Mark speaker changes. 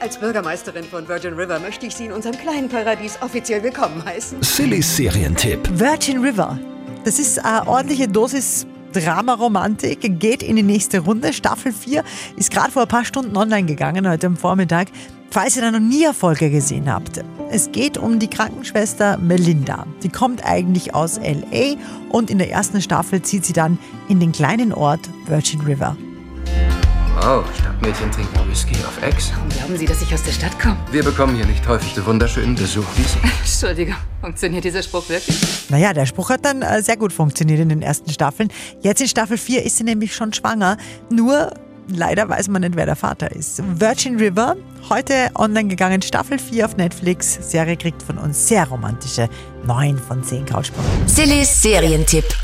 Speaker 1: Als Bürgermeisterin von Virgin River möchte ich Sie in unserem kleinen Paradies offiziell willkommen heißen.
Speaker 2: Sillys Serientipp.
Speaker 3: Virgin River. Das ist eine ordentliche Dosis Drama-Romantik. Geht in die nächste Runde. Staffel 4 ist gerade vor ein paar Stunden online gegangen, heute am Vormittag. Falls ihr da noch nie Erfolge gesehen habt. Es geht um die Krankenschwester Melinda. Die kommt eigentlich aus L.A. und in der ersten Staffel zieht sie dann in den kleinen Ort Virgin River.
Speaker 4: Wow, Stadtmädchen trinken Whisky auf Ex.
Speaker 5: Glauben Sie, dass ich aus der Stadt komme?
Speaker 4: Wir bekommen hier nicht häufig so wunderschönen Besuch wie Sie.
Speaker 5: Entschuldigung, funktioniert dieser Spruch wirklich?
Speaker 3: Naja, der Spruch hat dann äh, sehr gut funktioniert in den ersten Staffeln. Jetzt in Staffel 4 ist sie nämlich schon schwanger. Nur leider weiß man nicht, wer der Vater ist. Virgin River, heute online gegangen, Staffel 4 auf Netflix. Serie kriegt von uns sehr romantische 9 von 10 Couchpunkten.
Speaker 6: Sillys Serientipp.